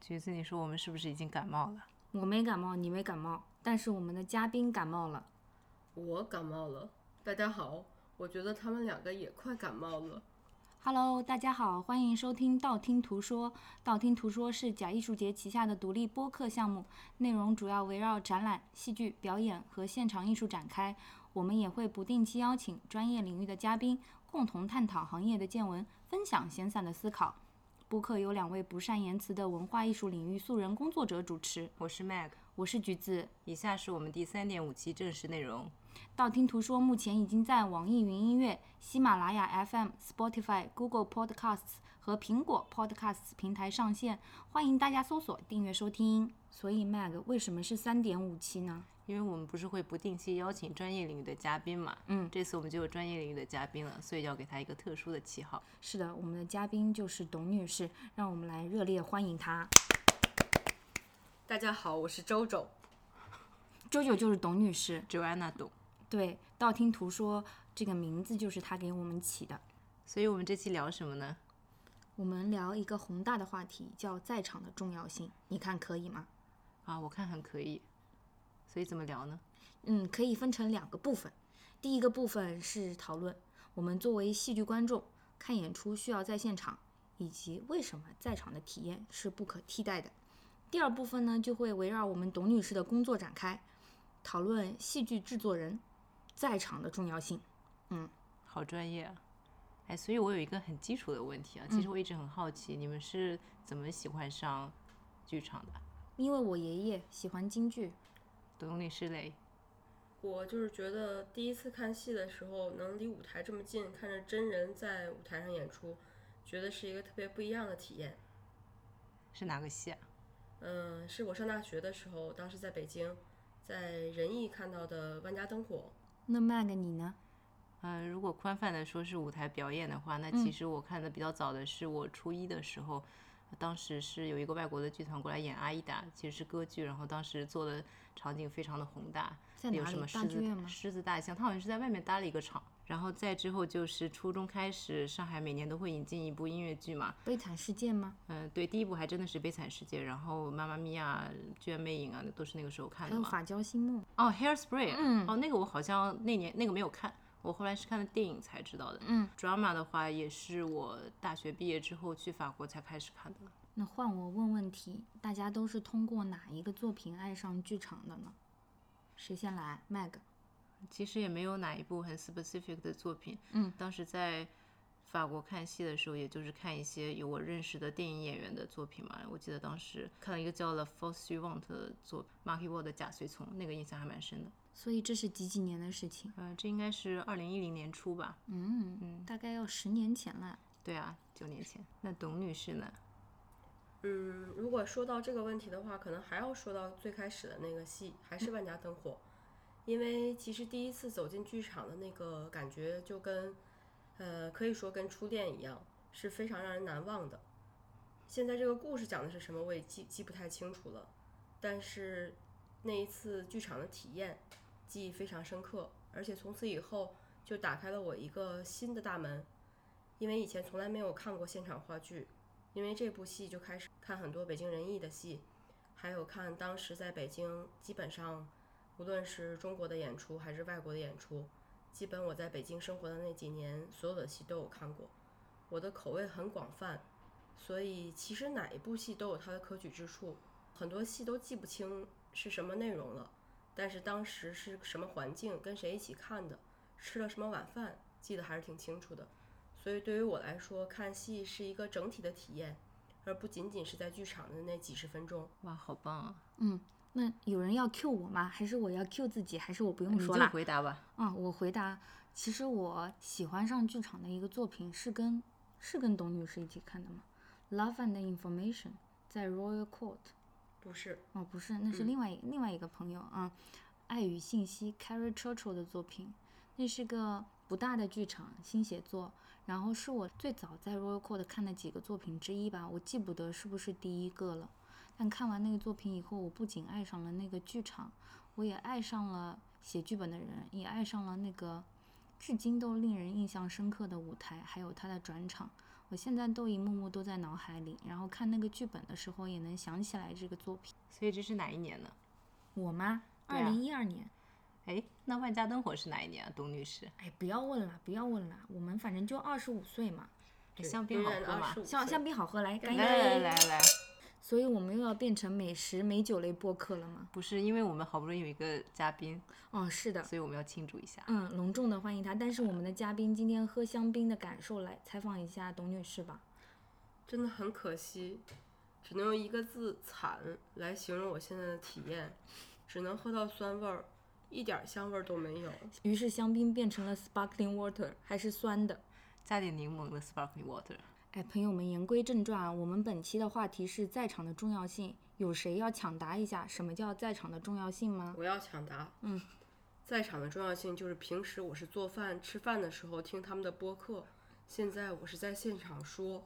橘子，你说我们是不是已经感冒了？我没感冒，你没感冒，但是我们的嘉宾感冒了。我感冒了，大家好，我觉得他们两个也快感冒了。 Hello，大家好，欢迎收听道听途说。道听途说是假艺术节旗下的独立播客项目，内容主要围绕展览、戏剧表演和现场艺术展开。我们也会不定期邀请专业领域的嘉宾，共同探讨行业的见闻，分享闲散的思考。播客由两位不善言辞的文化艺术领域素人工作者主持，我是 Mag，我是橘子。以下是我们第三点五期正式内容。道听途说目前已经在网易云音乐、喜马拉雅 FM、Spotify、Google Podcasts 和苹果 Podcasts 平台上线，欢迎大家搜索订阅收听。所以 Mag 为什么是三点五期呢？因为我们不是会不定期邀请专业领域的嘉宾嘛，嗯，这次我们就有专业领域的嘉宾了，所以要给他一个特殊的旗号。是的，我们的嘉宾就是董女士，让我们来热烈欢迎她。大家好，我是周周。周九就是董女士， Joanna 懂，对，道听途说这个名字就是她给我们起的。所以我们这期聊什么呢？我们聊一个宏大的话题，叫在场的重要性，你看可以吗？啊，我看很可以。所以怎么聊呢？嗯，可以分成两个部分。第一个部分是讨论我们作为戏剧观众看演出需要在现场，以及为什么在场的体验是不可替代的。第二部分呢，就会围绕我们董女士的工作展开，讨论戏剧制作人在场的重要性。好专业啊！哎，所以我有一个很基础的问题啊，其实我一直很好奇，你们是怎么喜欢上剧场的？因为我爷爷喜欢京剧，董女士嘞，我就是觉得第一次看戏的时候，能离舞台这么近，看着真人在舞台上演出，觉得是一个特别不一样的体验。是哪个戏啊？嗯，是我上大学的时候，当时在北京，在仁义看到的《万家灯火那 Mag 你呢？嗯，如果宽泛的说是舞台表演的话，那其嗯实我看的比较早的是我初一的时候，当时是有一个外国的剧团过来演《阿依达》，其实是歌剧，然后当时做的场景非常的宏大，在有哪什里么？大狮剧院子吗？狮子大象，他好像是在外面搭了一个场。然后再之后就是初中开始，上海每年都会引进一部音乐剧嘛，悲惨世界吗？嗯，对，第一部还真的是《悲惨世界》，然后《妈妈咪呀》《剧院魅影》啊，都是那个时候看还的有嘛。法娇心梦。哦，《Hairspray》，嗯哦，那个我好像那年那个没有看，我后来是看的电影才知道的。嗯，drama 的话也是我大学毕业之后去法国才开始看的。那换我问问题，大家都是通过哪一个作品爱上剧场的呢？谁先来？Mag。其实也没有哪一部很 specific 的作品。嗯，当时在法国看戏的时候，也就是看一些有我认识的电影演员的作品嘛。我记得当时看了一个叫《The False You Want》的作品，Marky Wall 的《假随从》，那个印象还蛮深的。所以这是几几年的事情？嗯、这应该是二零一零年初吧？嗯，大概要十年前了。对啊，九年前。那董女士呢？》。嗯，如果说到这个问题的话，可能还要说到最开始的那个戏，还是《万家灯火》，因为其实第一次走进剧场的那个感觉，就跟，呃，可以说跟初恋一样，是非常让人难忘的。现在这个故事讲的是什么，我也记记不太清楚了，但是那一次剧场的体验，记忆非常深刻，而且从此以后就打开了我一个新的大门，因为以前从来没有看过现场话剧，因为这部戏就开始看很多北京人艺的戏，还有看当时在北京基本上，无论是中国的演出还是外国的演出，基本我在北京生活的那几年，所有的戏都有看过。我的口味很广泛，所以其实哪一部戏都有它的可取之处。很多戏都记不清是什么内容了，但是当时是什么环境，跟谁一起看的，吃了什么晚饭，记得还是挺清楚的。所以对于我来说，看戏是一个整体的体验，而不仅仅是在剧场的那几十分钟。哇，好棒啊！那有人要 Q 我吗？还是我要 Q 自己？还是我不用你说就了？回答吧。啊、我回答，其实我喜欢上剧场的一个作品是跟是跟董女士一起看的吗？Love and Information 在 Royal Court。不是，哦，不是，那是另外一、另外一个朋友啊，《爱与信息》Carrie Churchill 的作品，那是个不大的剧场新写作，然后是我最早在 Royal Court 看的几个作品之一吧，我记不得是不是第一个了。但看完那个作品以后，我不仅爱上了那个剧场，我也爱上了写剧本的人，也爱上了那个至今都令人印象深刻的舞台，还有它的转场。我现在都一幕幕都在脑海里，然后看那个剧本的时候也能想起来这个作品。所以这是哪一年呢？我吗？对二啊零一二年。哎，那《万家灯火》是哪一年啊？董女士，哎，不要问了，不要问了，我们反正就二十五岁嘛。哎香槟好喝吗？像像槟好喝，来干来来来杯！来来，所以我们又要变成美食美酒类播客了吗？不是因为我们好不容易有一个嘉宾，哦，是的，所以我们要庆祝一下。嗯，隆重的欢迎他。但是我们的嘉宾今天喝香槟的感受，来采访一下董女士吧。真的很可惜，只能用一个字“惨”来形容我现在的体验，只能喝到酸味儿，一点儿香味儿都没有。于是香槟变成了 sparkling water，还是酸的。加点柠檬的 sparkling water。哎，朋友们，言归正传啊，我们本期的话题是在场的重要性。有谁要抢答一下什么叫在场的重要性吗？我要抢答。嗯，在场的重要性就是平时我是做饭吃饭的时候听他们的播客，现在我是在现场说，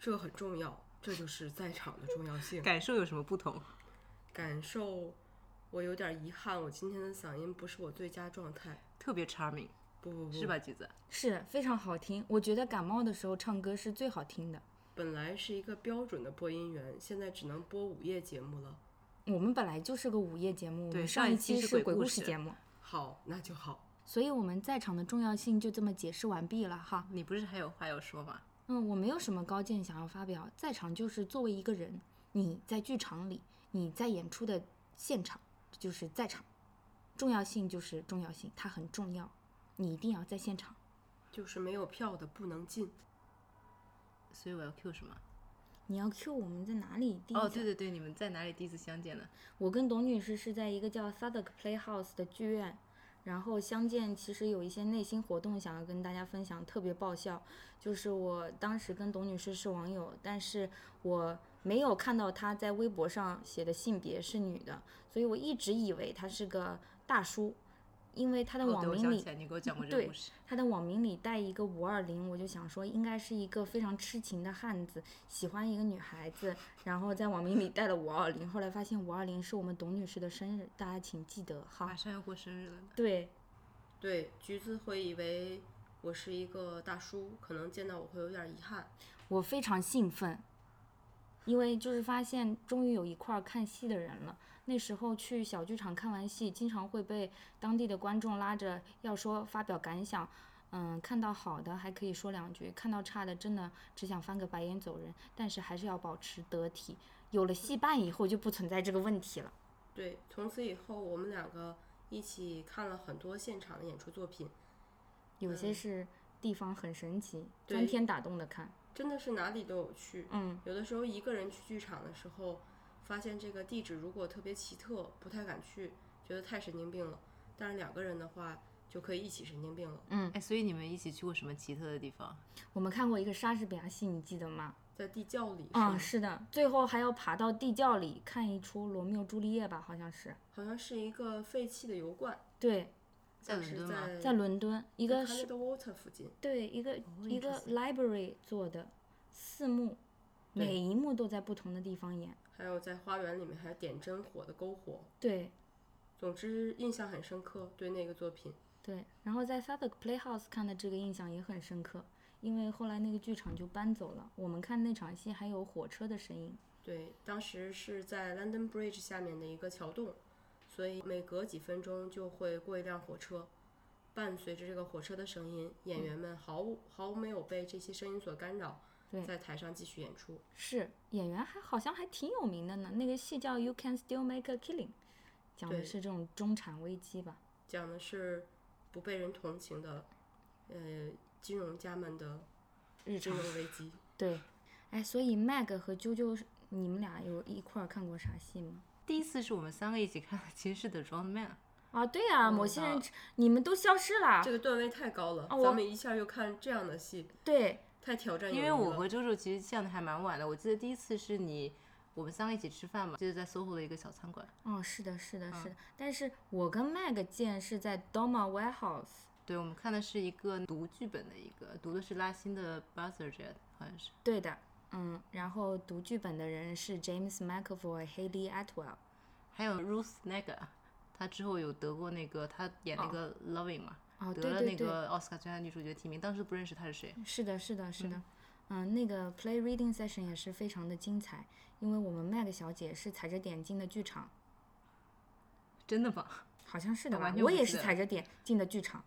这很重要，这就是在场的重要性。感受有什么不同？感受，我有点遗憾，我今天的嗓音不是我最佳状态。特别 charming，不不不，是？吧，橘子？是非常好听，我觉得感冒的时候唱歌是最好听的。本来是一个标准的播音员，现在只能播午夜节目了。我们本来就是个午夜节目，我对们上一一期期是是鬼鬼故故事事节目，好，那就好。所以我们在场的重要性就这么解释完毕了哈。你不是还有话要说吗？嗯，我没有什么高见想要发表，在场就是作为一个人，你在剧场里，你在演出的现场，这就是在场，重要性就是重要性，它很重要，你一定要在现场。就是没有票的不能进。所以我要 Q 什么？你要 Q 我们在哪里？第一哦，次对对对，你们在哪里第一次相见呢？我跟董女士是在一个叫 Sadok Playhouse 的剧院，然后相见，其实有一些内心活动想要跟大家分享，特别爆笑。就是我当时跟董女士是网友，但是我没有看到她在微博上写的性别是女的，所以我一直以为她是个大叔，因为她的哦，网对，我名想里起来，你嗯给我讲过这个对故事。他的网名里带一个五二零，我就想说应该是一个非常痴情的汉子，喜欢一个女孩子，然后在网名里带了五二零。后来发现五二零是我们董女士的生日，大家请记得马哈。上要过生日了呢，对，对，橘子会以为我是一个大叔，可能见到我会有点遗憾。我非常兴奋，因为就是发现终于有一块儿看戏的人了。那时候去小剧场看完戏，经常会被当地的观众拉着要说发表感想。嗯，看到好的还可以说两句，看到差的真的只想翻个白眼走人。但是还是要保持得体。有了戏伴以后，就不存在这个问题了。对，从此以后我们两个一起看了很多现场的演出作品，有些嗯是地方很神奇，钻对天打洞的看。真的是哪里都有去。嗯，有的时候一个人去剧场的时候，发现这个地址如果特别奇特，不太敢去，觉得太神经病了。但是两个人的话，就可以一起神经病了。哎，所以你们一起去过什么奇特的地方？我们看过一个莎士比亚戏，你记得吗？在地窖里是啊、吗是的，最后还要爬到地窖里看一出《罗密欧朱丽叶》吧，好像是。好像是一个废弃的油罐，嗯对，在伦是敦吗？在在伦敦一个 c a 是 l Water 附近。对一个、哦一个 library 做的四幕，对每一幕都在不同的地方演。还有在花园里面还有点真火的篝火，对总之印象很深刻，对那个作品。对，然后在 Southwark Playhouse 看的这个印象也很深刻，因为后来那个剧场就搬走了。我们看那场戏还有火车的声音。对，当时是在 London Bridge 下面的一个桥洞，所以每隔几分钟就会过一辆火车，伴随着这个火车的声音，演员们毫无毫没有被这些声音所干扰对，在台上继续演出。是演员还好像还挺有名的呢，那个戏叫《You Can Still Make a Killing》，讲的对是这种中产危机吧。讲的是不被人同情的，呃，金融家们的日金常融危机。对，哎，所以 Mag 和啾啾是，你们俩有一块儿看过啥戏吗？第一次是我们三个一起看的，其实是 The Drowned Man。啊，对呀、某些人你们都消失了这。个段位太高了，我咱们一下又看这样的戏，对，太挑战友谊因了。为我和周周其实见的还蛮晚的，我记得第一次是你我们三个一起吃饭嘛，就是在 SOHO 的一个小餐馆。哦，是的，是的，嗯是的。但是我跟 Mag 见是在 Doma Warehouse。对，我们看的是一个读剧本的一个，读的是拉辛的《Brother Jet》，好像是。对的，嗯，然后读剧本的人是 James McAvoy、Haley Atwell。还有 Ruth Negga，她之后有得过那个，她演那个 Loving 嘛，哦哦，对得了对那对，个奥斯卡最佳女主角提名，当时不认识她是谁。是的，是的，是的。嗯嗯，那个 play reading session 也是非常的精彩，因为我们 Meg 小姐是踩着点进的剧场，真的吗？好像是的啊完吧？全我不也记是得踩着点进的剧场。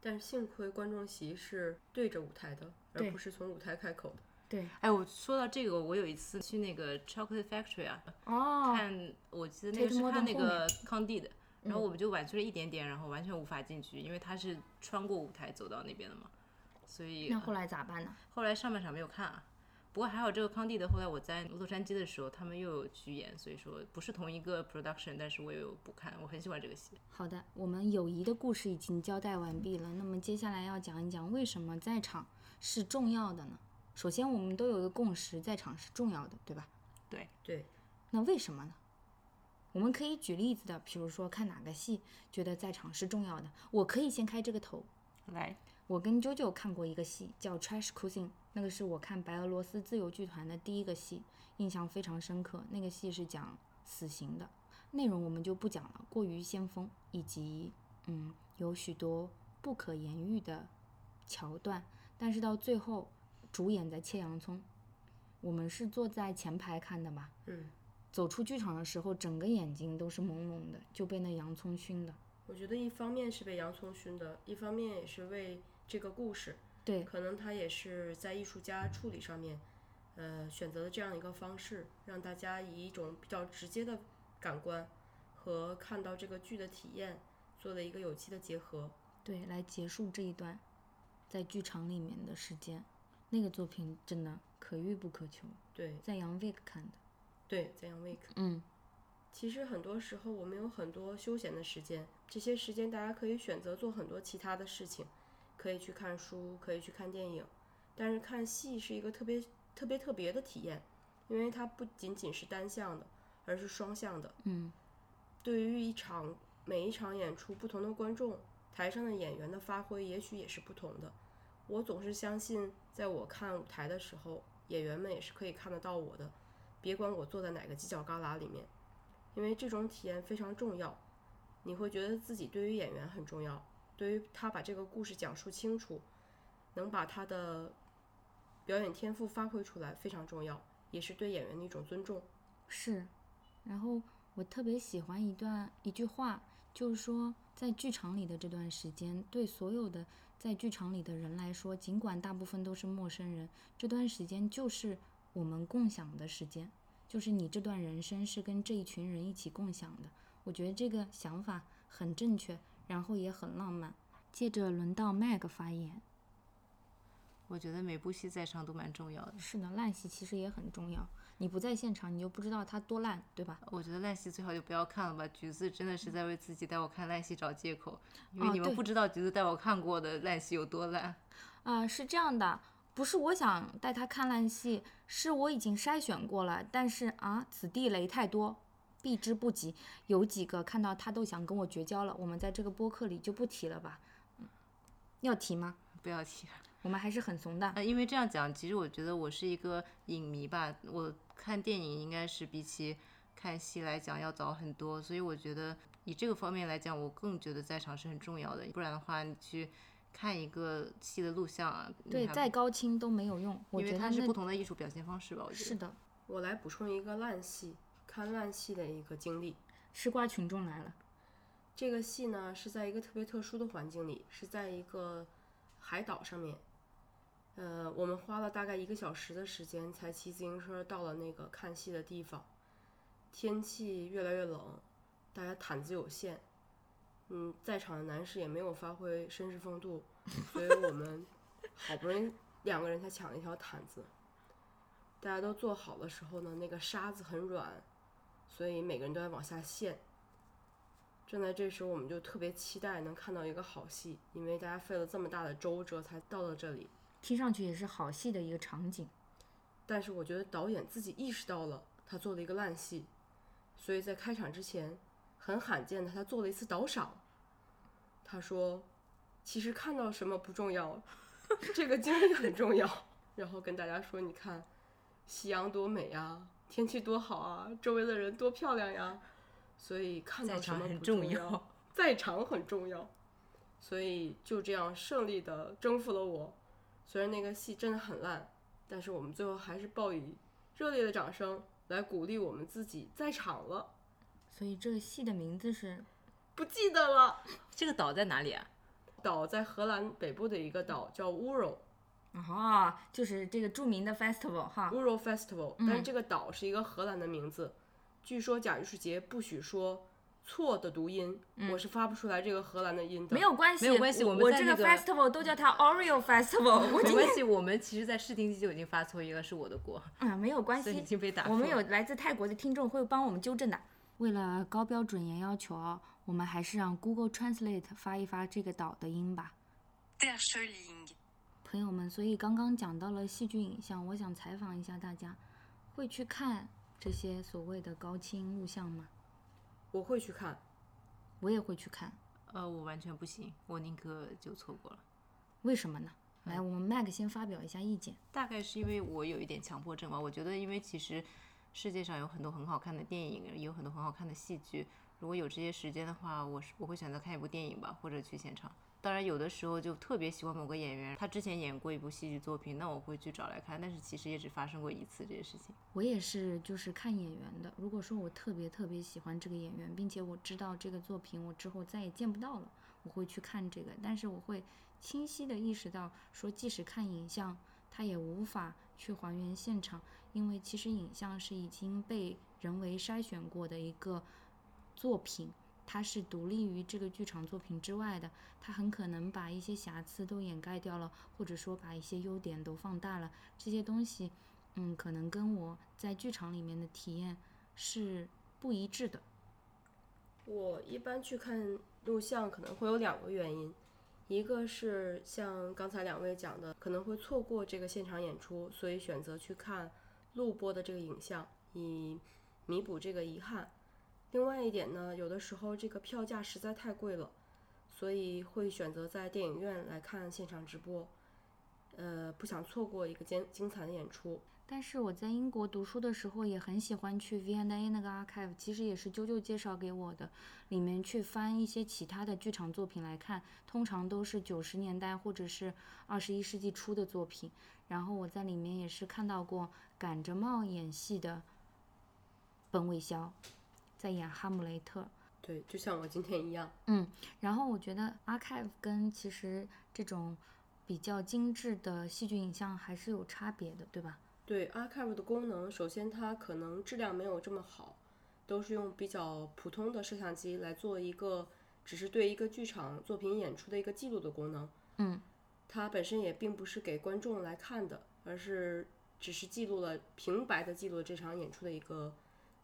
但是幸亏观众席是对着舞台的，而对不是从舞台开口的。对，哎，我说到这个，我有一次去那个 Chocolate Factory 啊，哦，看，我记得那个 Tate 是看 Modern 那后面个康帝的，然后我们就晚去了一点点，然后完全无法进去，因为他是穿过舞台走到那边的嘛，所以那后来咋办呢？后来上半场没有看啊。不过还好，这个康帝的后来我在洛杉矶的时候，他们又有去演，所以说不是同一个 production，但是我也有补看，我很喜欢这个戏。好的，我们友谊的故事已经交代完毕了。那么接下来要讲一讲为什么在场是重要的呢？首先，我们都有一个共识，在场是重要的，对吧？对，那为什么呢？我们可以举例子的，比如说看哪个戏觉得在场是重要的，我可以先开这个头。来，我跟啾啾看过一个戏叫《Trash Cuisine》，那个是我看白俄罗斯自由剧团的第一个戏，印象非常深刻。那个戏是讲死刑的，内容我们就不讲了，过于先锋，以及嗯有许多不可言喻的桥段。但是到最后，主演在切洋葱，我们是坐在前排看的嘛，嗯，走出剧场的时候，整个眼睛都是朦胧的，就被那洋葱熏的。我觉得一方面是被洋葱熏的，一方面也是为这个故事，对可能他也是在艺术家处理上面，呃，选择了这样一个方式，让大家以一种比较直接的感官和看到这个剧的体验做了一个有机的结合。对，来结束这一段在剧场里面的时间。那个作品真的可遇不可求，对在杨卫看的。对，在杨 week。嗯，其实很多时候我们有很多休闲的时间，这些时间大家可以选择做很多其他的事情，可以去看书，可以去看电影。但是看戏是一个特别特别特别的体验，因为它不仅仅是单向的，而是双向的。嗯，对于一场每一场演出，不同的观众，台上的演员的发挥也许也是不同的。我总是相信，在我看舞台的时候，演员们也是可以看得到我的，别管我坐在哪个犄角旮旯里面。因为这种体验非常重要。你会觉得自己对于演员很重要，对于他把这个故事讲述清楚，能把他的表演天赋发挥出来非常重要，也是对演员的一种尊重。是。然后我特别喜欢一段一句话，就是说在剧场里的这段时间，对所有的在剧场里的人来说，尽管大部分都是陌生人，这段时间就是我们共享的时间，就是你这段人生是跟这一群人一起共享的。我觉得这个想法很正确，然后也很浪漫。接着轮到 Mag 发言。我觉得每部戏在场都蛮重要的。是的，烂戏其实也很重要。你不在现场，你就不知道它多烂，对吧？我觉得烂戏最好就不要看了吧。橘子真的是在为自己带我看烂戏找借口，因为哦你们对不知道橘子带我看过的烂戏有多烂。啊、是这样的，不是我想带他看烂戏，是我已经筛选过了，但是啊，此地雷太多，避之不及。有几个看到他都想跟我绝交了，我们在这个播客里就不提了吧。嗯要提吗？不要提我们还是很怂的。啊，因为这样讲，其实我觉得我是一个影迷吧，我看电影应该是比起看戏来讲要早很多，所以我觉得以这个方面来讲，我更觉得在场是很重要的，不然的话，你去看一个戏的录像啊，你对，还再高清都没有用。我因觉为得它是那不同的艺术表现方式吧，我觉得是的，我来补充一个烂戏，看烂戏的一个经历。吃瓜群众来了。这个戏呢是在一个特别特殊的环境里，是在一个海岛上面。呃，我们花了大概一个小时的时间，才骑自行车到了那个看戏的地方。天气越来越冷，大家胆子有限，嗯，在场的男士也没有发挥绅士风度，所以我们好不容易两个人才抢了一条毯子。大家都坐好的时候呢，那个沙子很软，所以每个人都在往下陷。正在这时，我们就特别期待能看到一个好戏，因为大家费了这么大的周折才到了这里。听上去也是好戏的一个场景。但是我觉得导演自己意识到了他做了一个烂戏，所以在开场之前，很罕见的他做了一次导赏。他说：“其实看到什么不重要， 这个经历很重要。” 然后跟大家说：“你看，夕阳多美呀，天气多好啊，周围的人多漂亮呀。”所以看到在什场么很不重要要，在场很重要。所以就这样胜利的征服了我。虽然那个戏真的很烂，但是我们最后还是报以热烈的掌声来鼓励我们自己在场了，所以这个戏的名字是不记得了。 这个岛在哪里啊？岛在荷兰北部的一个岛叫 Uro 啊，就是这个著名的 festival 哈。 Uro Festival，但是嗯这个岛是一个荷兰的名字。据说贾玉树杰不许说错的读音，我是发不出来这个荷兰的音嗯的。没有关系，没有关系我我们在这那个个 festival 都叫它 Oreo Festival。我没今关天系，我们其实，在试听机就已经发错一个是我的锅，啊，没有关嗯所以系已，经被打我们破有了来自泰国的听众会帮我们纠正的。为了高标准严要求啊，我们还是让 Google Translate 发一发这个岛的音吧。 Terschelling, 朋友们，所以刚刚讲到了戏剧影像，我想采访一下大家，会去看这些所谓的高清录像吗？我会去看，我也会去看，呃，我完全不行，我宁可就错过了。为什么呢？来，嗯我们 Mag 先发表一下意见。大概是因为我有一点强迫症吧。我觉得，因为其实世界上有很多很好看的电影，也有很多很好看的戏剧。如果有这些时间的话，我是我会选择看一部电影吧，或者去现场。当然，有的时候就特别喜欢某个演员，他之前演过一部戏剧作品，那我会去找来看。但是其实也只发生过一次这些事情。我也是，就是看演员的。如果说我特别特别喜欢这个演员，并且我知道这个作品我之后再也见不到了，我会去看这个。但是我会清晰的意识到，说即使看影像，它也无法去还原现场，因为其实影像是已经被人为筛选过的一个作品，它是独立于这个剧场作品之外的，它很可能把一些瑕疵都掩盖掉了，或者说把一些优点都放大了，这些东西。嗯，可能跟我在剧场里面的体验是不一致的。我一般去看录像可能会有两个原因，一个是像刚才两位讲的，可能会错过这个现场演出，所以选择去看录播的这个影像，以弥补这个遗憾。另外一点呢，有的时候这个票价实在太贵了，所以会选择在电影院来看现场直播，呃，不想错过一个精精彩的演出。但是我在英国读书的时候也很喜欢去 V&A 那个 archive，其实也是啾啾介绍给我的，里面去翻一些其他的剧场作品来看，通常都是九十年代或者是二十一世纪初的作品。然后我在里面也是看到过赶着帽演戏的本卫肖，在演哈姆雷特，对，就像我今天一样，然后我觉得 archive 跟其实这种比较精致的戏剧影像还是有差别的，对吧？对 archive 的功能，首先它可能质量没有这么好，都是用比较普通的摄像机来做一个，只是对一个剧场作品演出的一个记录的功能。嗯，它本身也并不是给观众来看的，而是只是记录了平白的记录了这场演出的一个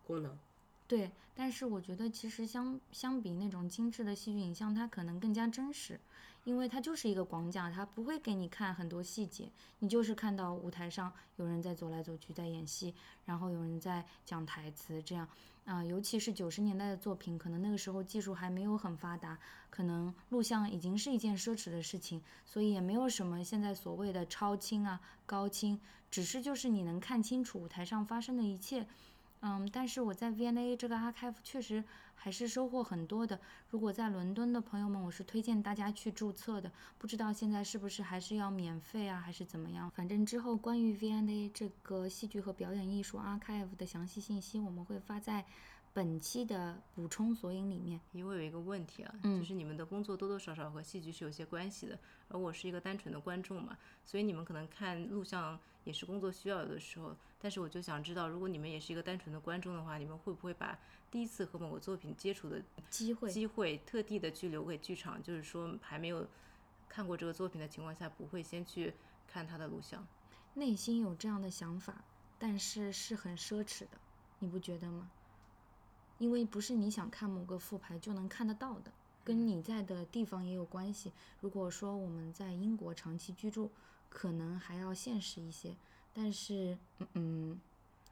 功能。对，但是我觉得其实相相比那种精致的戏剧影像，它可能更加真实，因为它就是一个广角，它不会给你看很多细节，你就是看到舞台上有人在走来走去，在演戏，然后有人在讲台词，这样啊、尤其是九十年代的作品，可能那个时候技术还没有很发达，可能录像已经是一件奢侈的事情，所以也没有什么现在所谓的超清啊、高清，只是就是你能看清楚舞台上发生的一切。嗯，但是我在 V&A 这个 archive 确实还是收获很多的。如果在伦敦的朋友们，我是推荐大家去注册的。不知道现在是不是还是要免费啊，还是怎么样？反正之后关于 V&A 这个戏剧和表演艺术 archive 的详细信息，我们会发在本期的补充索引里面。因为我有一个问题啊，嗯就是你们的工作多多少少和戏剧是有些关系的，而我是一个单纯的观众嘛，所以你们可能看录像也是工作需要有的时候，但是我就想知道，如果你们也是一个单纯的观众的话，你们会不会把第一次和某个作品接触的机会机会特地的去留给剧场？就是说还没有看过这个作品的情况下，不会先去看他的录像。内心有这样的想法，但是是很奢侈的，你不觉得吗？因为不是你想看某个复牌就能看得到的，嗯跟你在的地方也有关系。如果说我们在英国长期居住，可能还要现实一些，但是，嗯嗯，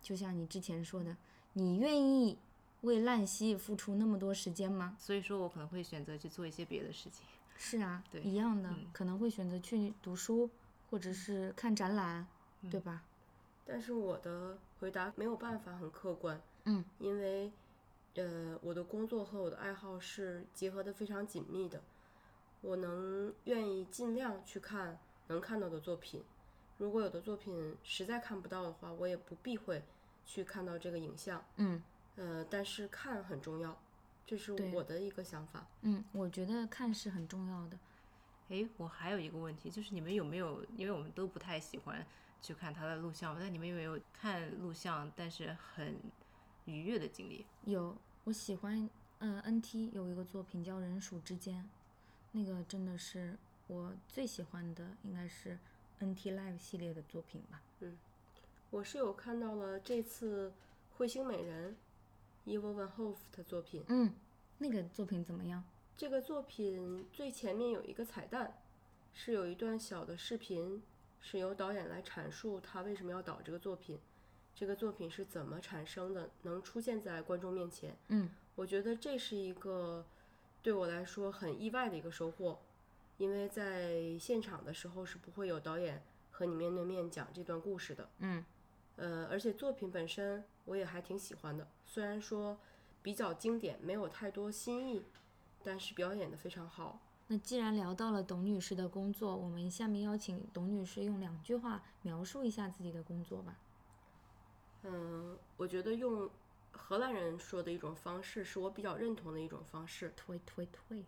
就像你之前说的，你愿意为烂戏付出那么多时间吗？所以说我可能会选择去做一些别的事情。是啊，对一样的，嗯可能会选择去读书，或者是看展览，嗯对吧？但是我的回答没有办法很客观，嗯，因为，呃，我的工作和我的爱好是结合的非常紧密的，我能愿意尽量去看能看到的作品，如果有的作品实在看不到的话，我也不避讳去看到这个影像。嗯呃，但是看很重要，这是对我的一个想法。嗯，我觉得看是很重要的。诶，我还有一个问题，就是你们有没有，因为我们都不太喜欢去看他的录像，但你们有没有看录像但是很愉悦的经历？有，我喜欢，嗯、n t 有一个作品叫《人鼠之间》，那个真的是我最喜欢的，应该是 NT Live 系列的作品吧。我是有看到了这次《彗星美人》伊沃文霍夫的作品，嗯，那个作品怎么样？这个作品最前面有一个彩蛋，是有一段小的视频，是由导演来阐述他为什么要导这个作品，这个作品是怎么产生的，能出现在观众面前。嗯，我觉得这是一个对我来说很意外的一个收获，因为在现场的时候是不会有导演和你面对面讲这段故事的。嗯，呃，而且作品本身我也还挺喜欢的，虽然说比较经典，没有太多新意，但是表演的非常好。那既然聊到了董女士的工作，我们下面邀请董女士用两句话描述一下自己的工作吧。嗯，我觉得用荷兰人说的一种方式是我比较认同的一种方式，推推推，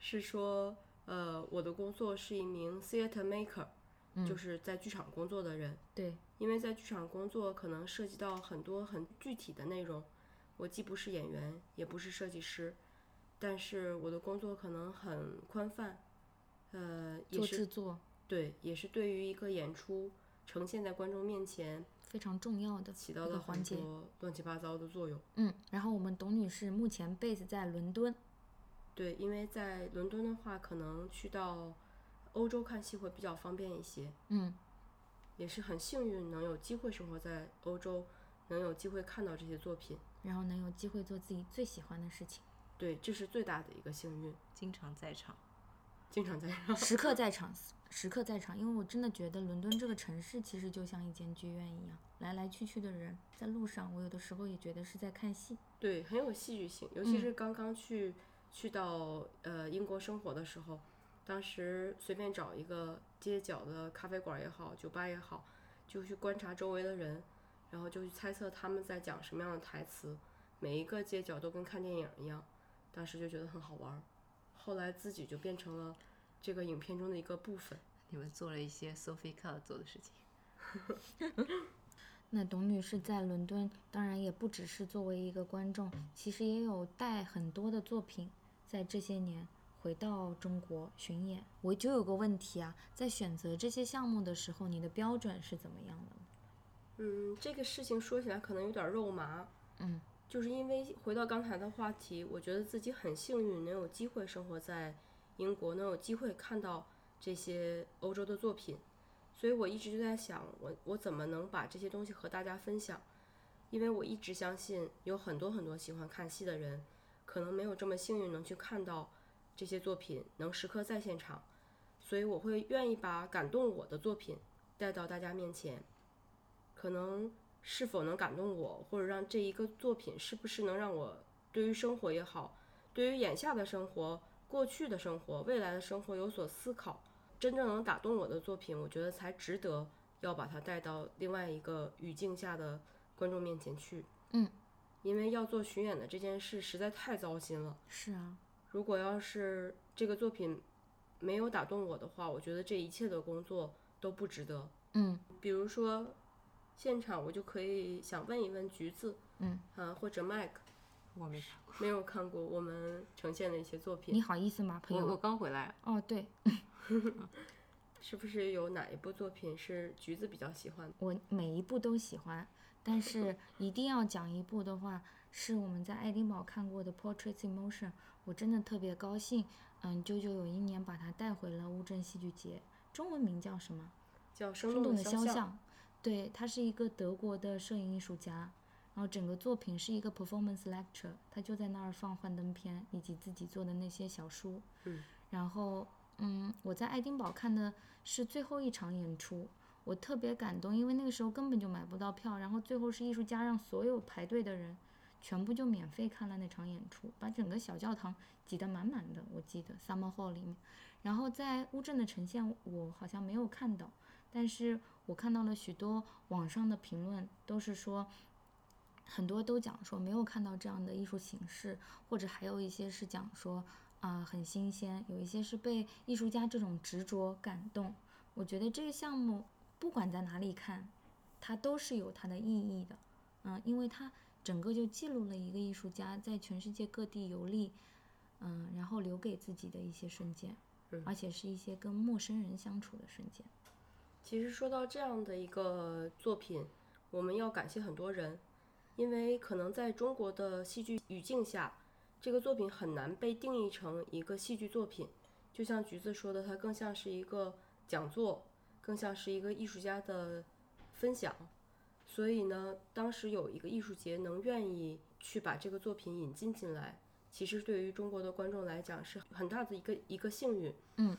是说，呃，我的工作是一名 theater maker，、嗯就是在剧场工作的人。对，因为在剧场工作可能涉及到很多很具体的内容，我既不是演员，也不是设计师，但是我的工作可能很宽泛，呃，也做制是作对，也是对于一个演出呈现在观众面前非常重要的起一到个了环很节。多乱七八糟的作用。嗯，然后我们董女士目前 base 在伦敦。对，因为在伦敦的话，可能去到欧洲看戏会比较方便一些，嗯，也是很幸运能有机会生活在欧洲，能有机会看到这些作品。然后能有机会做自己最喜欢的事情，对，这是最大的一个幸运。经常在场，经常在 上。时刻在场，时刻在场。因为我真的觉得伦敦这个城市其实就像一间剧院一样，来来去去的人，在路上，我有的时候也觉得是在看戏。对，很有戏剧性，尤其是刚刚去、去到呃英国生活的时候，当时随便找一个街角的咖啡馆也好，酒吧也好，就去观察周围的人，然后就去猜测他们在讲什么样的台词，每一个街角都跟看电影一样，当时就觉得很好玩儿，后来自己就变成了这个影片中的一个部分。你们做了一些 Sophie Carr 做的事情。那董女士在伦敦，当然也不只是作为一个观众，其实也有带很多的作品，在这些年回到中国巡演。我就有个问题啊，在选择这些项目的时候，你的标准是怎么样的呢？嗯，这个事情说起来可能有点肉麻，嗯，就是因为回到刚才的话题，我觉得自己很幸运，能有机会生活在英国，能有机会看到这些欧洲的作品，所以我一直就在想，我我怎么能把这些东西和大家分享？因为我一直相信，有很多很多喜欢看戏的人，可能没有这么幸运能去看到这些作品，能时刻在现场，所以我会愿意把感动我的作品带到大家面前。可能是否能感动我，或者让这一个作品是不是能让我对于生活也好，对于眼下的生活、过去的生活、未来的生活有所思考，真正能打动我的作品，我觉得才值得要把它带到另外一个语境下的观众面前去。嗯，因为要做巡演的这件事实在太糟心了。是啊，如果要是这个作品没有打动我的话，我觉得这一切的工作都不值得。嗯，比如说现场，我就可以想问一问橘子，嗯，啊，或者 Mike 我没看过，没有看过我们呈现的一些作你品，好意思吗，朋我我友？刚回来，哦，对，是不是有哪一部作品是橘子比较喜欢的？我每一部都喜欢，但是一定要讲一部的话，是我们在爱丁堡看过的《Portraits in Motion》，我真的特别高兴。嗯，啾啾有一年把它带回了乌镇戏剧节，中文名叫什么？叫《生生动的的肖像》。像。对，他是一个德国的摄影艺术家，然后整个作品是一个 performance lecture，他就在那儿放幻灯片以及自己做的那些小书。嗯。然后，嗯，我在爱丁堡看的是最后一场演出，我特别感动，因为那个时候根本就买不到票，然后最后是艺术家让所有排队的人全部就免费看了那场演出，把整个小教堂挤得满满的。我记得 Summer Hall 里面，然后在乌镇的呈现我好像没有看到，但是我看到了许多网上的评论，都是说。很多都讲说没有看到这样的艺术形式，或者还有一些是讲说啊、很新鲜，有一些是被艺术家这种执着感动。我觉得这个项目不管在哪里看，它都是有它的意义的，嗯，因为它整个就记录了一个艺术家在全世界各地游历，嗯，然后留给自己的一些瞬间，而且是一些跟陌生人相处的瞬间。其实说到这样的一个作品，我们要感谢很多人，因为可能在中国的戏剧语境下，这个作品很难被定义成一个戏剧作品。就像橘子说的，它更像是一个讲座，更像是一个艺术家的分享。所以呢，当时有一个艺术节能愿意去把这个作品引进进来，其实对于中国的观众来讲是很大的一个一个幸运。嗯，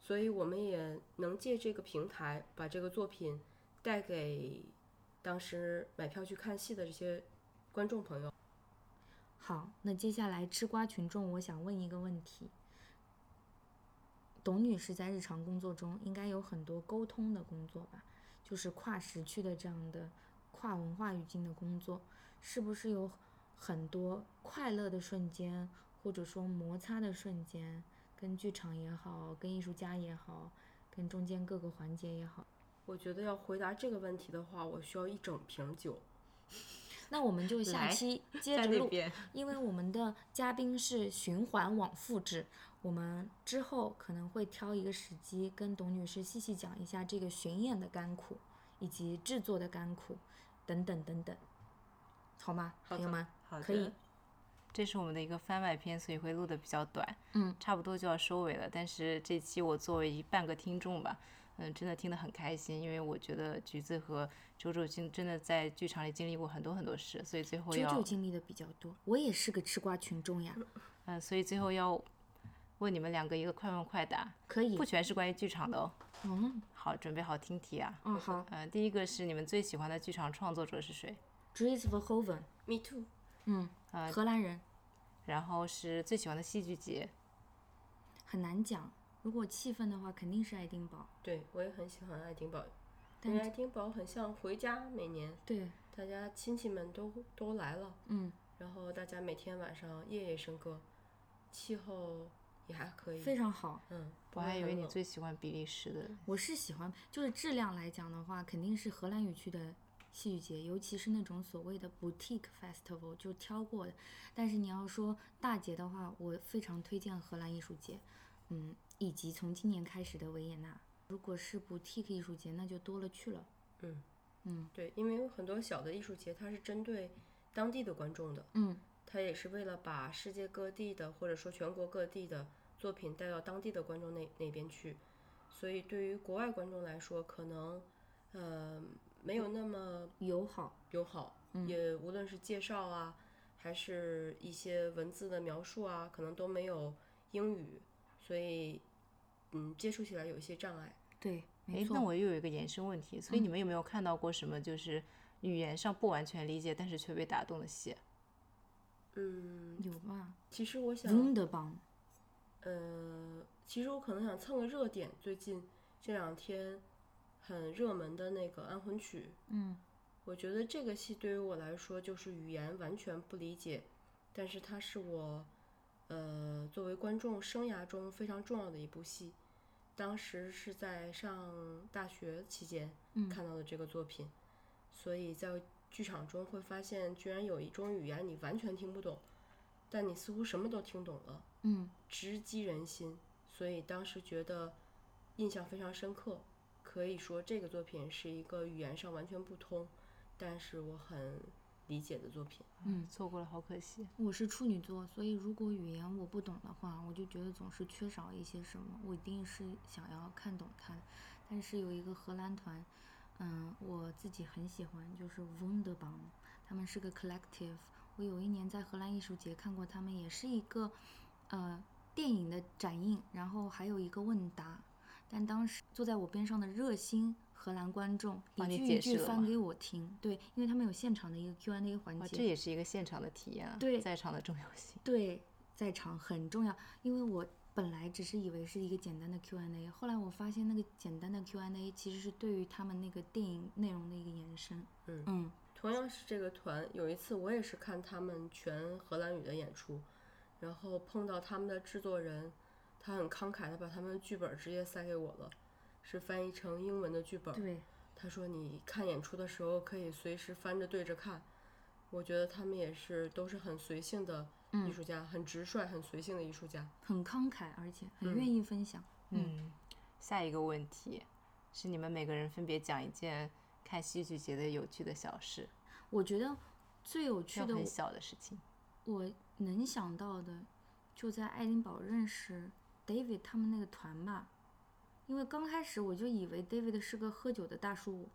所以我们也能借这个平台把这个作品带给当时买票去看戏的这些观众朋友。好，那接下来吃瓜群众，我想问一个问题：董女士在日常工作中应该有很多沟通的工作吧？就是跨时区的这样的跨文化语境的工作，是不是有很多快乐的瞬间，或者说摩擦的瞬间，跟剧场也好，跟艺术家也好，跟中间各个环节也好？我觉得要回答这个问题的话，我需要一整瓶酒。那我们就下来期接在着那录。边。因为我们的嘉宾是循环往复制，我们之后可能会挑一个时机跟董女士细细讲一下这个巡演的甘苦，以及制作的甘苦，等等等等，好吗，的朋友们？好可以的，这是我们的一个番外篇，所以会录的比较短，嗯，差不多就要收尾了。但是这期我作为一半个听众吧，嗯，真的听得很开心，因为我觉得橘子和周周经真的在剧场里经历过很多很多事，所以最后九要九经历的比较多，我也是个吃瓜群众呀，嗯，所以最后要问你们两个一个快问快答，可以不，全是关于剧场的哦。嗯，好，准备好听题啊。嗯好嗯，第一个是你们最喜欢的剧场创作者是谁？ d r i s v e r h o v e n Me too。嗯，荷兰人然后是最喜欢的戏剧节，很难讲，如果气氛的话，肯定是爱丁堡，对，我也很喜欢爱丁堡，因但为爱丁堡很像回家，每年对，大家亲戚们都都来了，嗯，然后大家每天晚上夜夜笙歌，气候也还可以，非常好，嗯，不我还会以为很你冷最喜欢比利时的。我是喜欢，就是质量来讲的话，肯定是荷兰语区的戏剧节，尤其是那种所谓的 boutique festival，就挑过的。但是你要说大节的话，我非常推荐荷兰艺术节，嗯，以及从今年开始的维也纳。如果是 boutique 艺术节，那就多了去了。嗯嗯对，因为有很多小的艺术节，它是针对当地的观众的，嗯，它也是为了把世界各地的或者说全国各地的作品带到当地的观众那那边去，所以对于国外观众来说，可能呃没有那么友好，友好，也无论是介绍啊，还是一些文字的描述啊，可能都没有英语，所以嗯接触起来有一些障碍。对，没诶，错。那我又有一个延伸问题，所以你们有没有看到过什么就是语言上不完全理解，但是却被打动的戏？啊嗯，有吧其实我想。 ？Wunderbaum，呃，其实我可能想蹭个热点，最近这两天很热门的那个《安魂曲》，嗯，我觉得这个戏对于我来说就是语言完全不理解，但是它是我呃作为观众生涯中非常重要的一部戏。当时是在上大学期间嗯看到的这个作品，所以在剧场中会发现，居然有一种语言你完全听不懂，但你似乎什么都听懂了。嗯，直击人心，所以当时觉得印象非常深刻。可以说这个作品是一个语言上完全不通，但是我很理解的作品。嗯，错过了，好可惜。我是处女座，所以如果语言我不懂的话，我就觉得总是缺少一些什么。我一定是想要看懂它的。但是有一个荷兰团，嗯，我自己很喜欢，就是 Wunderbaum，他们是个 collective。我有一年在荷兰艺术节看过他们，也是一个呃电影的展映，然后还有一个问答。但当时坐在我边上的热心荷兰观众帮你一句一解句释了翻吗给我听，对，因为他们有现场的一个 Q&A 环哇，节，这也是一个现场的体验啊，对在场的重要性。对，在场很重要，因为我本来只是以为是一个简单的 Q&A，后来我发现那个简单的 Q&A 其实是对于他们那个电影内容的一个延伸。嗯嗯同样是这个团，有一次我也是看他们全荷兰语的演出，然后碰到他们的制作人，他很慷慨的把他们的剧本直接塞给我了，是翻译成英文的剧本。对，他说你看演出的时候可以随时翻着对着看。我觉得他们也是都是很随性的艺术家，很直率、很随性的艺术家。很慷慨，而且很嗯愿意分享。嗯，下一个问题是你们每个人分别讲一件看戏剧节的有趣的小事，我觉得最有趣要的我，很小的事情。我能想到的，就在爱丁堡认识 David 他们那个团吧，因为刚开始我就以为 David 是个喝酒的大叔，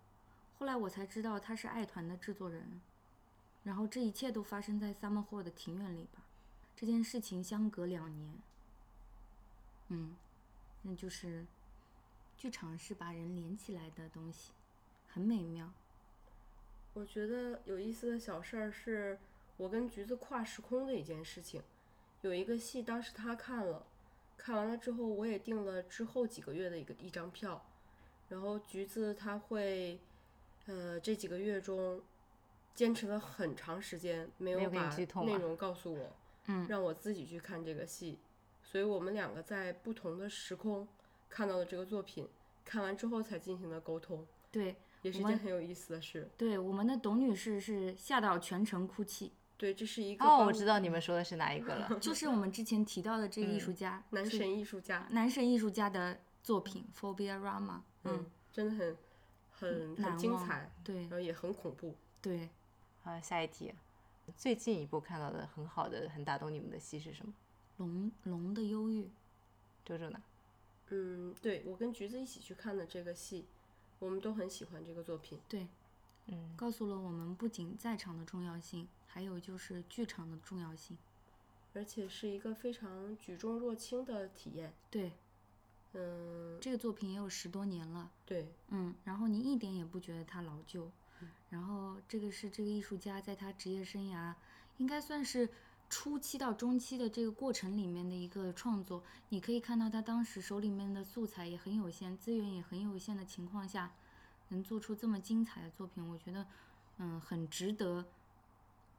后来我才知道他是爱团的制作人，然后这一切都发生在 Summer Hall 的庭院里吧，这件事情相隔两年，嗯，那就是剧场是把人连起来的东西，很美妙，我觉得有意思的小事儿是我跟橘子跨时空的一件事情。有一个戏，当时他看了，看完了之后，我也订了之后几个月的一个一张票。然后橘子他会，呃，这几个月中坚持了很长时间，没没有有给你把剧透内吗容告诉我，嗯让我自己去看这个戏。所以我们两个在不同的时空看到了这个作品，看完之后才进行了沟通，对也是我一们件很有意思的事。对，我们的董女士是吓到全程哭泣。。对，这是一个哦，帮我知道你们说的是哪一个了 就是我们之前提到的这个艺术家，嗯男是神艺术家，男神艺术家的作品《Phobia Rama》。嗯嗯，，真的很很难很精忘彩，对然后也很恐怖。对，啊，下一题，最近一部看到的很好的、很打动你们的戏是什么？龙龙的忧郁，周周呢？嗯，对我跟橘子一起去看的这个戏，我们都很喜欢这个作品。对，嗯，告诉了我们不仅在场的重要性，还有就是剧场的重要性。而且是一个非常举重若轻的体验。对，嗯，这个作品也有十多年了，对，嗯，然后你一点也不觉得它老旧，然后这个是这个艺术家在他职业生涯应该算是初期到中期的这个过程里面的一个创作。你可以看到他当时手里面的素材也很有限，资源也很有限的情况下，能做出这么精彩的作品，我觉得，嗯，很值得。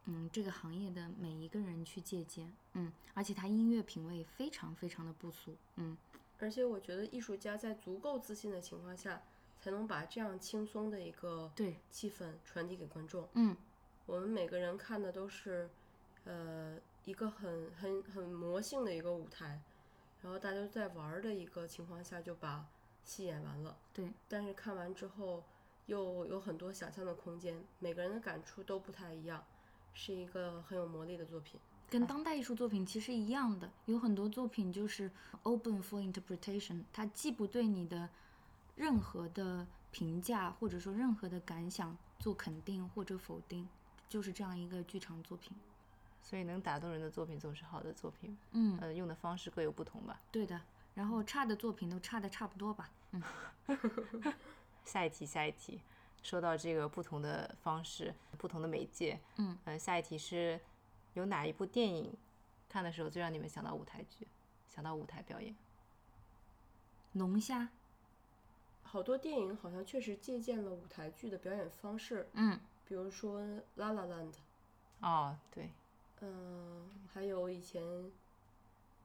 嗯，这个行业的每一个人去借鉴，嗯，而且他音乐品味非常非常的不俗，嗯，而且我觉得艺术家在足够自信的情况下，才能把这样轻松的一个对，气氛传递给观众。嗯，我们每个人看的都是，呃，一个很很很魔性的一个舞台，然后大家都在玩儿的一个情况下就把戏演完了。对，但是看完之后又有很多想象的空间，每个人的感触都不太一样，是一个很有魔力的作品。跟当代艺术作品其实一样的，有很多作品就是 open for interpretation，它既不对你的任何的评价或者说任何的感想做肯定或者否定，就是这样一个剧场作品。所以能打动人的作品总是好的作品，嗯，呃，用的方式各有不同吧。对的。然后差的作品都差的差不多吧。嗯，下一题，下一题。说到这个不同的方式、不同的媒介，嗯呃，下一题是有哪一部电影看的时候最让你们想到舞台剧，想到舞台表演？龙虾，好多电影好像确实借鉴了舞台剧的表演方式，嗯，比如说《La La Land》，哦，对，嗯，还有以前《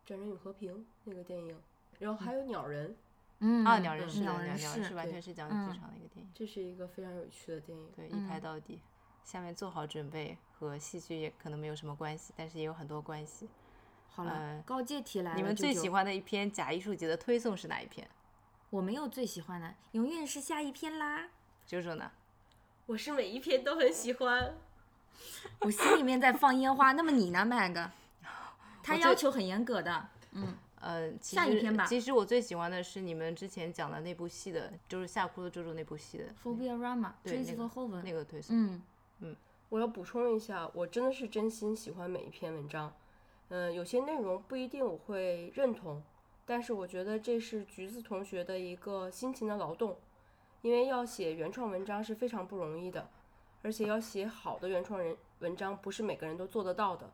战争与和平》那个电影，然后还有《鸟人》，嗯啊，鸟人嗯是的，鸟鸟人鸟人是是完对全是讲嗯剧场的一个电影，这是一个非常有趣的电影。对，嗯一拍到底。下面做好准备和戏剧也可能没有什么关系，但是也有很多关系。好了，呃高阶题来了。你们舅最舅喜？欢的一篇假艺术节的推送是哪一篇？我没有最喜欢的，永远是下一篇啦。九九呢？我是每一篇都很喜欢，我心里面在放烟花。那么你呢，Mag？他 我要最求很严格的。呃，其下一实篇吧其实我最喜欢的是你们之前讲的那部戏的，就是《吓哭的周周》那部戏的 Phobia Rama，追对思那和个后文。那个推送。嗯，我要补充一下，我真的是真心喜欢每一篇文章。嗯，有些内容不一定我会认同，但是我觉得这是橘子同学的一个辛勤的劳动，因为要写原创文章是非常不容易的，而且要写好的原创人文章不是每个人都做得到的。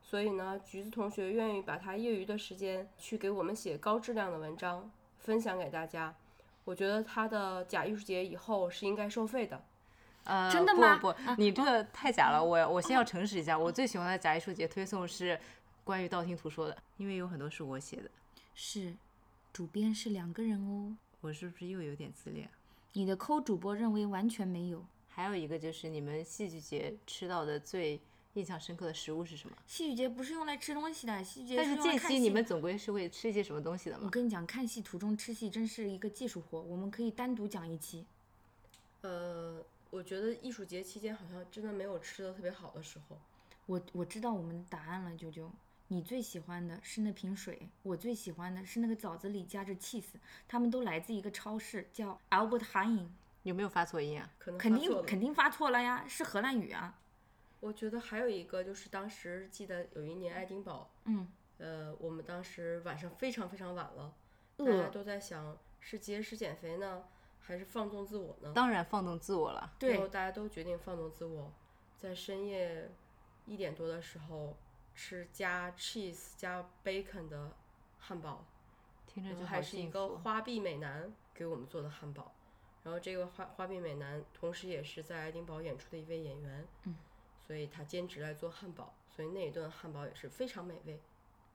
所以呢，橘子同学愿意把他业余的时间去给我们写高质量的文章，分享给大家。我觉得他的假艺术节以后是应该收费的。呃，真的吗啊嗯哦不不，你这个太假了。我我先要诚实一下，我最喜欢的假艺术节推送是关于道听途说的，因为有很多是我写的。是，主编是两个人哦。我是不是又有点自恋？你的抠主播认为完全没有。还有一个就是你们戏剧节吃到的最印象深刻的食物是什么？戏剧节不是用来吃东西的，戏剧节但是用来间看隙你戏嗯们总归是会吃一些什么东西的我嘛？跟你讲，看戏途中吃戏真是一个技术活，我们可以单独讲一期。呃，我觉得艺术节期间好像真的没有吃的特别好的时候。我我知道我们的答案了，啾啾。你最喜欢的是那瓶水，我最喜欢的是那个枣子里夹着 cheese，它们都来自一个超市，叫 Albert Heijn。有没有发错音啊？可能肯发错定了肯定发错了呀，是荷兰语啊。我觉得还有一个就是当时记得有一年爱丁堡，嗯，呃，我们当时晚上非常非常晚了，大饿家都在想是节食减肥呢，还是放纵自我呢？当然放纵自我了。最后对，大家都决定放纵自我，在深夜一点多的时候吃加 cheese 加 bacon 的汉堡，听着嗯然就后好还是一幸个福。花臂美男给我们做的汉堡，然后这个花花臂美男同时也是在爱丁堡演出的一位演员，嗯，所以他兼职来做汉堡，所以那一顿汉堡也是非常美味。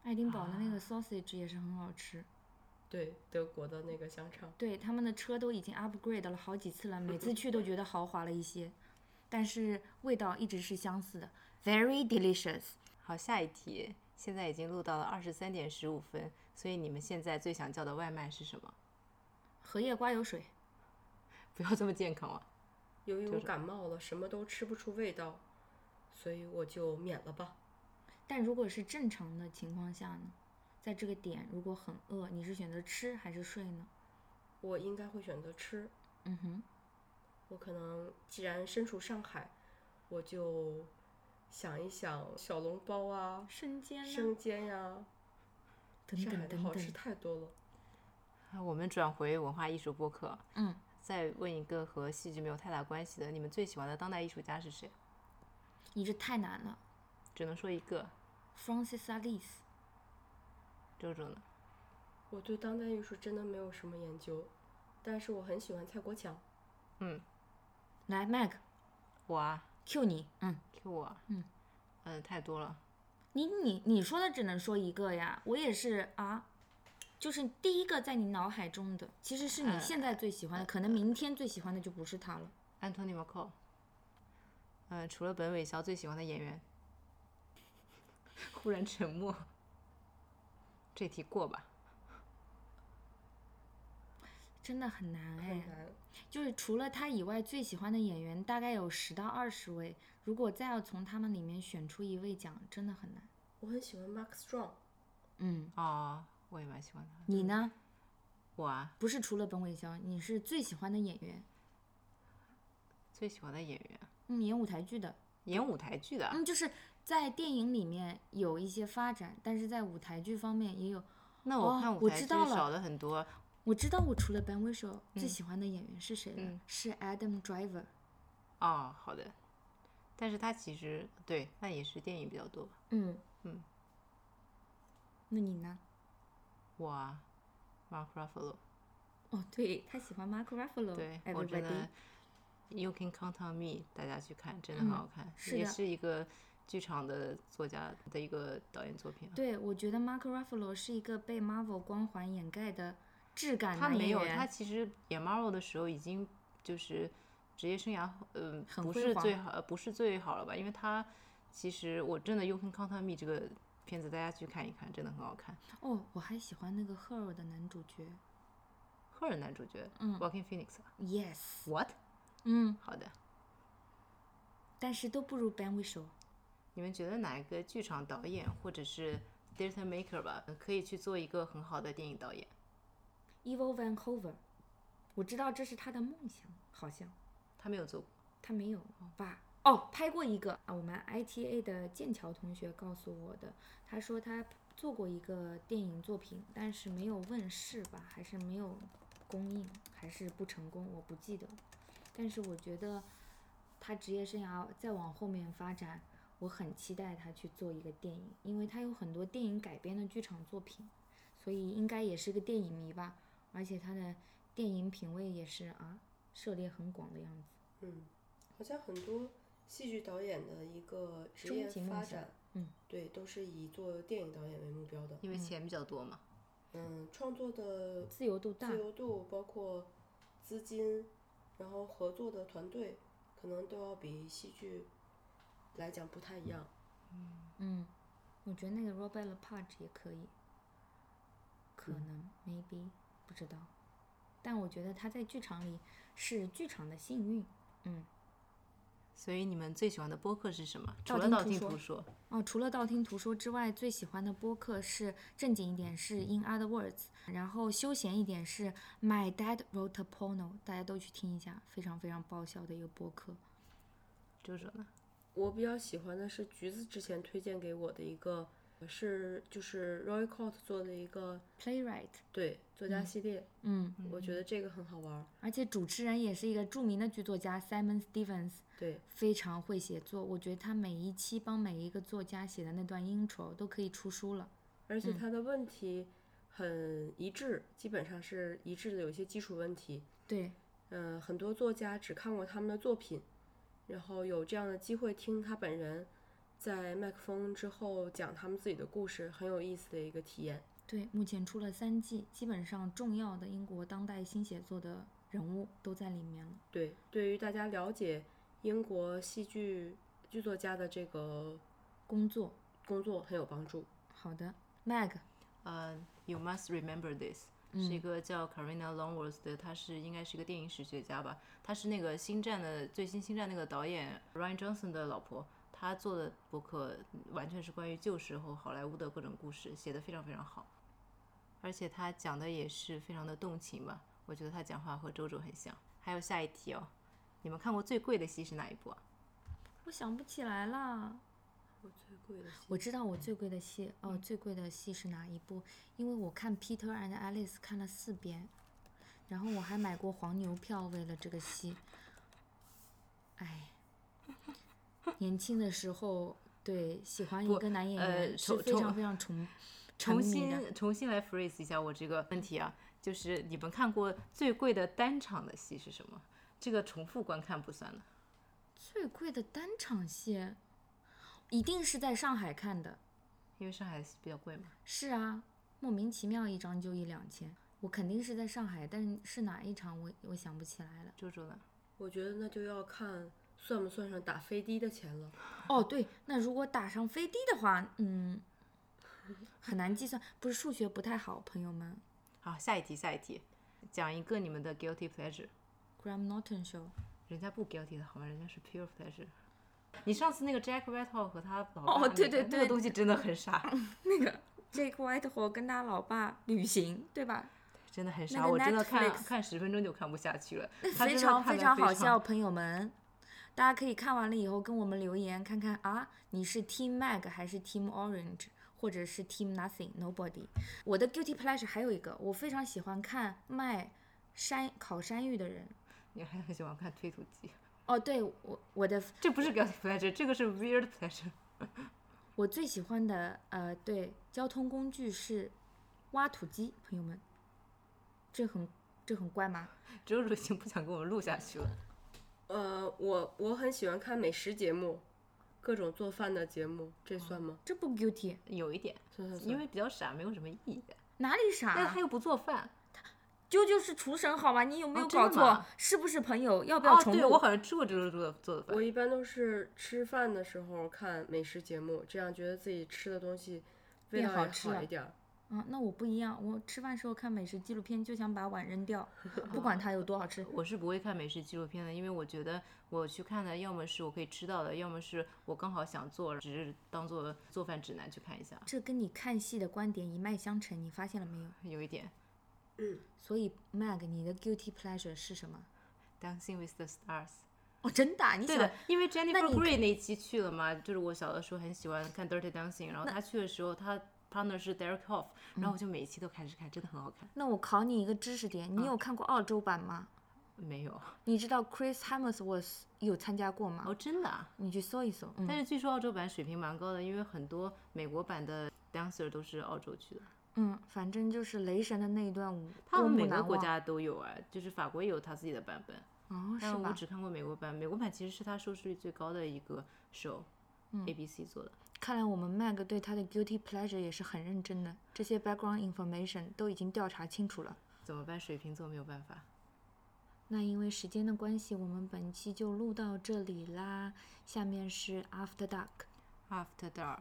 爱丁堡的那个 sausage 也是很好吃。对，德国的那个香肠，对，他们的车都已经 upgrade 了好几次了，每次去都觉得豪华了一些，但是味道一直是相似的，very delicious。好，下一题，现在已经录到了二十三点十五分，所以你们现在最想叫的外卖是什么？ 荷叶瓜油水，不要这么健康啊！由于我就是感冒了，什么都吃不出味道，所以我就免了吧。但如果是正常的情况下呢？在这个点，如果很饿，你是选择吃还是睡呢？我应该会选择吃，嗯哼，我可能既然身处上海，我就想一想小笼包啊、瞬间呢？生煎呀、哎等上等海的等好吃等，太多了。啊我们转回文化艺术播客，嗯，再问一个和戏剧没有太大关系的，你们最喜欢的当代艺术家是谁？你这太难了。只能说一个， Francis Alice，周周呢？我对当代艺术真的没有什么研究，但是我很喜欢蔡国强。来 Mac 我啊 Q 你，嗯， ，Q 我啊，嗯呃，太多了。你你你说的只能说一个呀，我也是啊，就是第一个在你脑海中的，其实是你现在最喜欢的，可能明天最喜欢的就不是他了。安东尼·马克，嗯，除了本伟肖最喜欢的演员， 忽然沉默，这题过吧。真的很难很哎，难，就是除了他以外，最喜欢的演员大概有十到二十位，如果再要从他们里面选出一位讲，真的很难。我很喜欢 Mark Strong，嗯，哦，我也蛮喜欢他的。你呢？我啊，不是除了本伟肖，你是最喜欢的演员，最喜欢的演员，嗯，演舞台剧的，演舞台剧的啊，嗯，就是在电影里面有一些发展，但是在舞台剧方面也有。那哦我看舞我台知剧道了少了很多。我知道我除了 Ben Whishaw 最喜欢的演员是谁了，嗯是 Adam Driver。哦，好的。但是他其实对，那也是电影比较多吧。嗯嗯，那你呢？我啊，Mark Ruffalo，哦，对他喜欢 Mark Ruffalo。对我真的，Everybody。 ，You can count on me，大家去看，真的嗯很好看，是也的是一个剧场的作家的一个导演作品啊。对，我觉得 Mark Ruffalo 是一个被 Marvel 光环掩盖的质感他男没演有，员他其实演 Marvel 的时候已经就是职业生涯，嗯、很不辉是最煌好，呃不是最好了吧？因为他其实我真的《You Can Count on Me》这个片子，大家去看一看，真的很好看。哦，我还喜欢那个 Her 的男主角。赫尔男主角，嗯 w a l k i n Phoenix 啊 Yes。 ，What？嗯，好的，但是都不如 Ben Whishaw。你们觉得哪一个剧场导演或者是 theater maker 吧，可以去做一个很好的电影导演？ Evil Van Hove，我知道这是他的梦想，好像他没有做过，他没有吧？哦，拍过一个啊，我们 ITA 的剑桥同学告诉我的，他说他做过一个电影作品，但是没有问世吧，还是没有公映还是不成功，我不记得。但是我觉得他职业生涯再往后面发展，我很期待他去做一个电影，因为他有很多电影改编的剧场作品，所以应该也是个电影迷吧。而且他的电影品味也是啊，涉猎很广的样子。嗯，好像很多戏剧导演的一个职终业极梦发想展，嗯，对，都是以做电影导演为目标的。因为钱比较多嘛。嗯，创作的自由度大自，由度，包括资金，然后合作的团队，可能都要比戏剧来讲不太一样。嗯，我觉得那个 Robert Lepage 也可以，可能、maybe 不知道，但我觉得他在剧场里是剧场的幸运。所以你们最喜欢的播客是什么？除了道听道途听说途说，哦，除了道听途说之外，最喜欢的播客是正经一点是 In Other Words，然后休闲一点是 My Dad Wrote a Porno，大家都去听一下，非常非常爆笑的一个播客。周周呢？我比较喜欢的是橘子之前推荐给我的一个，是就是 Roy Cott 做的一个 Playwright，对作家系列，嗯，我觉得这个很好玩儿。而且主持人也是一个著名的剧作家 Simon Stevens，对，非常会写作，我觉得他每一期帮每一个作家写的那段 intro 都可以出书了。而且他的问题很一致，基本上是一致的，有一些基础问题。对，嗯，很多作家只看过他们的作品，然后有这样的机会听他本人在麦克风之后讲他们自己的故事，很有意思的一个体验。对，目前出了三季，基本上重要的英国当代新写作的人物都在里面了。对，对于大家了解英国戏剧剧作家的这个工作，工作很有帮助。好的，Mag，呃、y o u must remember this，、是一个叫 Carina Longworth 的，她是应该是一个电影史学家吧，她是那个《星战》的最新《星战》那个导演 Ryan Johnson 的老婆，她做的博客完全是关于旧时候好莱坞的各种故事，写的非常非常好，而且她讲的也是非常的动情吧，我觉得她讲话和周周很像。还有下一题哦，你们看过最贵的戏是哪一部啊？我想不起来了。我最贵的戏，我知道我最贵的戏，哦、嗯最贵的戏是哪一部？因为我看《Peter and Alice》看了四遍，然后我还买过黄牛票，为了这个戏。哎，年轻的时候对喜欢一不个男演呃员是重重非常非常崇沉重迷的。新重新来 phrase 一下我这个问题啊，就是你们看过最贵的单场的戏是什么？这个重复观看不算的。最贵的单场戏，一定是在上海看的。因为上海的戏比较贵嘛，是啊，莫名其妙一张就一两千，我肯定是在上海，但是哪一场我我想不起来了。周周呢？我觉得那就要看算不算上打飞的的钱了。哦，对，那如果打上飞的的话，嗯，很难计算，不是数学不太好，朋友们。好，下一题，下一题，讲一个你们的 guilty pleasure。 Graham Norton show，人家不 guilty 的好吗？人家是 pure pleasure。你上次那个 Jack Whitehall 和他老爸哦对那对个那对个东西真的很傻， 那个 Jake Whitehall 跟他老爸旅行，对吧？真的很傻。那个我真的看 Netflix 看十分钟就看不下去了，他非真的常看非得常好笑，。朋友们。大家可以看完了以后跟我们留言，看看啊，你是 Team Mag 还是 Team Orange，或者是 Team Nothing Nobody。我的 guilty pleasure 还有一个，我非常喜欢看卖山烤山芋的人。你还很喜欢看推土机，哦，对我我的这不是 guilty pleasure，这个是 weird pleasure。我最喜欢的呃，对，交通工具是挖土机，朋友们，这很这很怪吗？周周已经不想跟我们录下去了。呃，我我很喜欢看美食节目，各种做饭的节目，这算吗？这不 guilty，有一点，算算算。因为比较傻，没有什么意义。哪里但傻他？又不做饭。啾啾是厨神好吗？你有没哦有真的搞错？吗是不是朋友？要不要哦，重对，录？我好像吃过周周做的做的饭我。一般都是吃饭的时候看美食节目，这样觉得自己吃的东西味变道好也吃好了一点儿。啊，那我不一样，我吃饭时候看美食纪录片就想把碗扔掉，不管它有多好吃。我是不会看美食纪录片的，因为我觉得我去看的，要么是我可以吃到的，要么是我刚好想做，只是当做做饭指南去看一下，这跟你看戏的观点一脉相承，你发现了没有？有一点所以 Mag，你的 guilty pleasure 是什么？ Dancing with the Stars。哦，真的啊、你对想的，因为 Jennifer 你可 Grey 那一期去了嘛，就是我小的时候很喜欢看 Dirty Dancing，然后她去的时候，她 partner 是 Derek Hoff，然后我就每一期都开始看，真的很好看。那我考你一个知识点，嗯你有看过澳洲版吗？没有你知道 Chris Hemsworth 有参加过吗哦，？真的、啊。你去搜一搜。嗯但是据说澳洲版水平蛮高的，因为很多美国版的 dancer 都是澳洲去的，嗯，反正就是雷神的那一段舞，他过们目每个难国忘家都有啊，就是法国也有他自己的版本，哦，是但我吧？只看过美国版，美国版其实是他收视率最高的一个 show，A、B C 做的。看来我们 Mag 对他的 guilty pleasure 也是很认真的，这些 background information 都已经调查清楚了。怎么办？水瓶座没有办法。那因为时间的关系，我们本期就录到这里啦。下面是 After Dark， After Dark，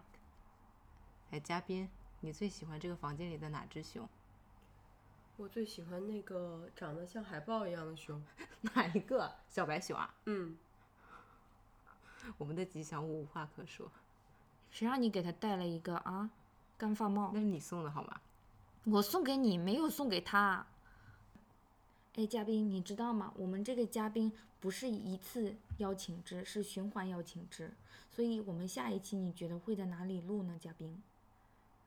哎，嘉宾，你最喜欢这个房间里的哪只熊？我最喜欢那个长得像海豹一样的熊。哪一个？小白熊啊！嗯，我们的吉祥物无话可说，谁让你给他戴了一个啊干发帽那？是你送的好吗？我送给你，没有送给他。啊哎，嘉宾，你知道吗？我们这个嘉宾不是一次邀请制，是循环邀请制，所以我们下一期你觉得会在哪里录呢？嘉宾，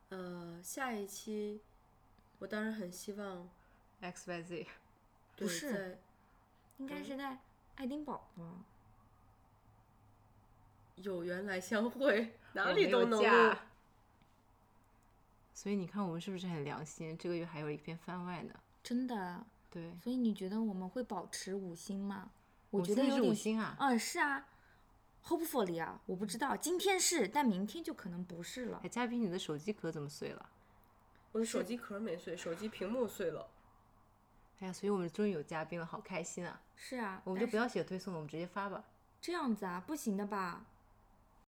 呃，下一期我当然很希望 X Y Z，不对是在应该是在爱丁堡吧？有缘来相会，哪我里没都有能录假。所以你看，我们是不是很良心？这个月还有一篇番外呢。真的，对，所以你觉得我们会保持五星吗？我五觉得星有是点五星啊嗯，是啊，hopefully 啊，我不知道，今天是，但明天就可能不是了哎，。嘉宾，你的手机壳怎么碎了？我的手机壳没碎，手机屏幕碎了。哎呀，所以我们终于有嘉宾了，好开心啊！是啊，我们就不但是要写推送了，我们直接发吧。这样子啊，不行的吧？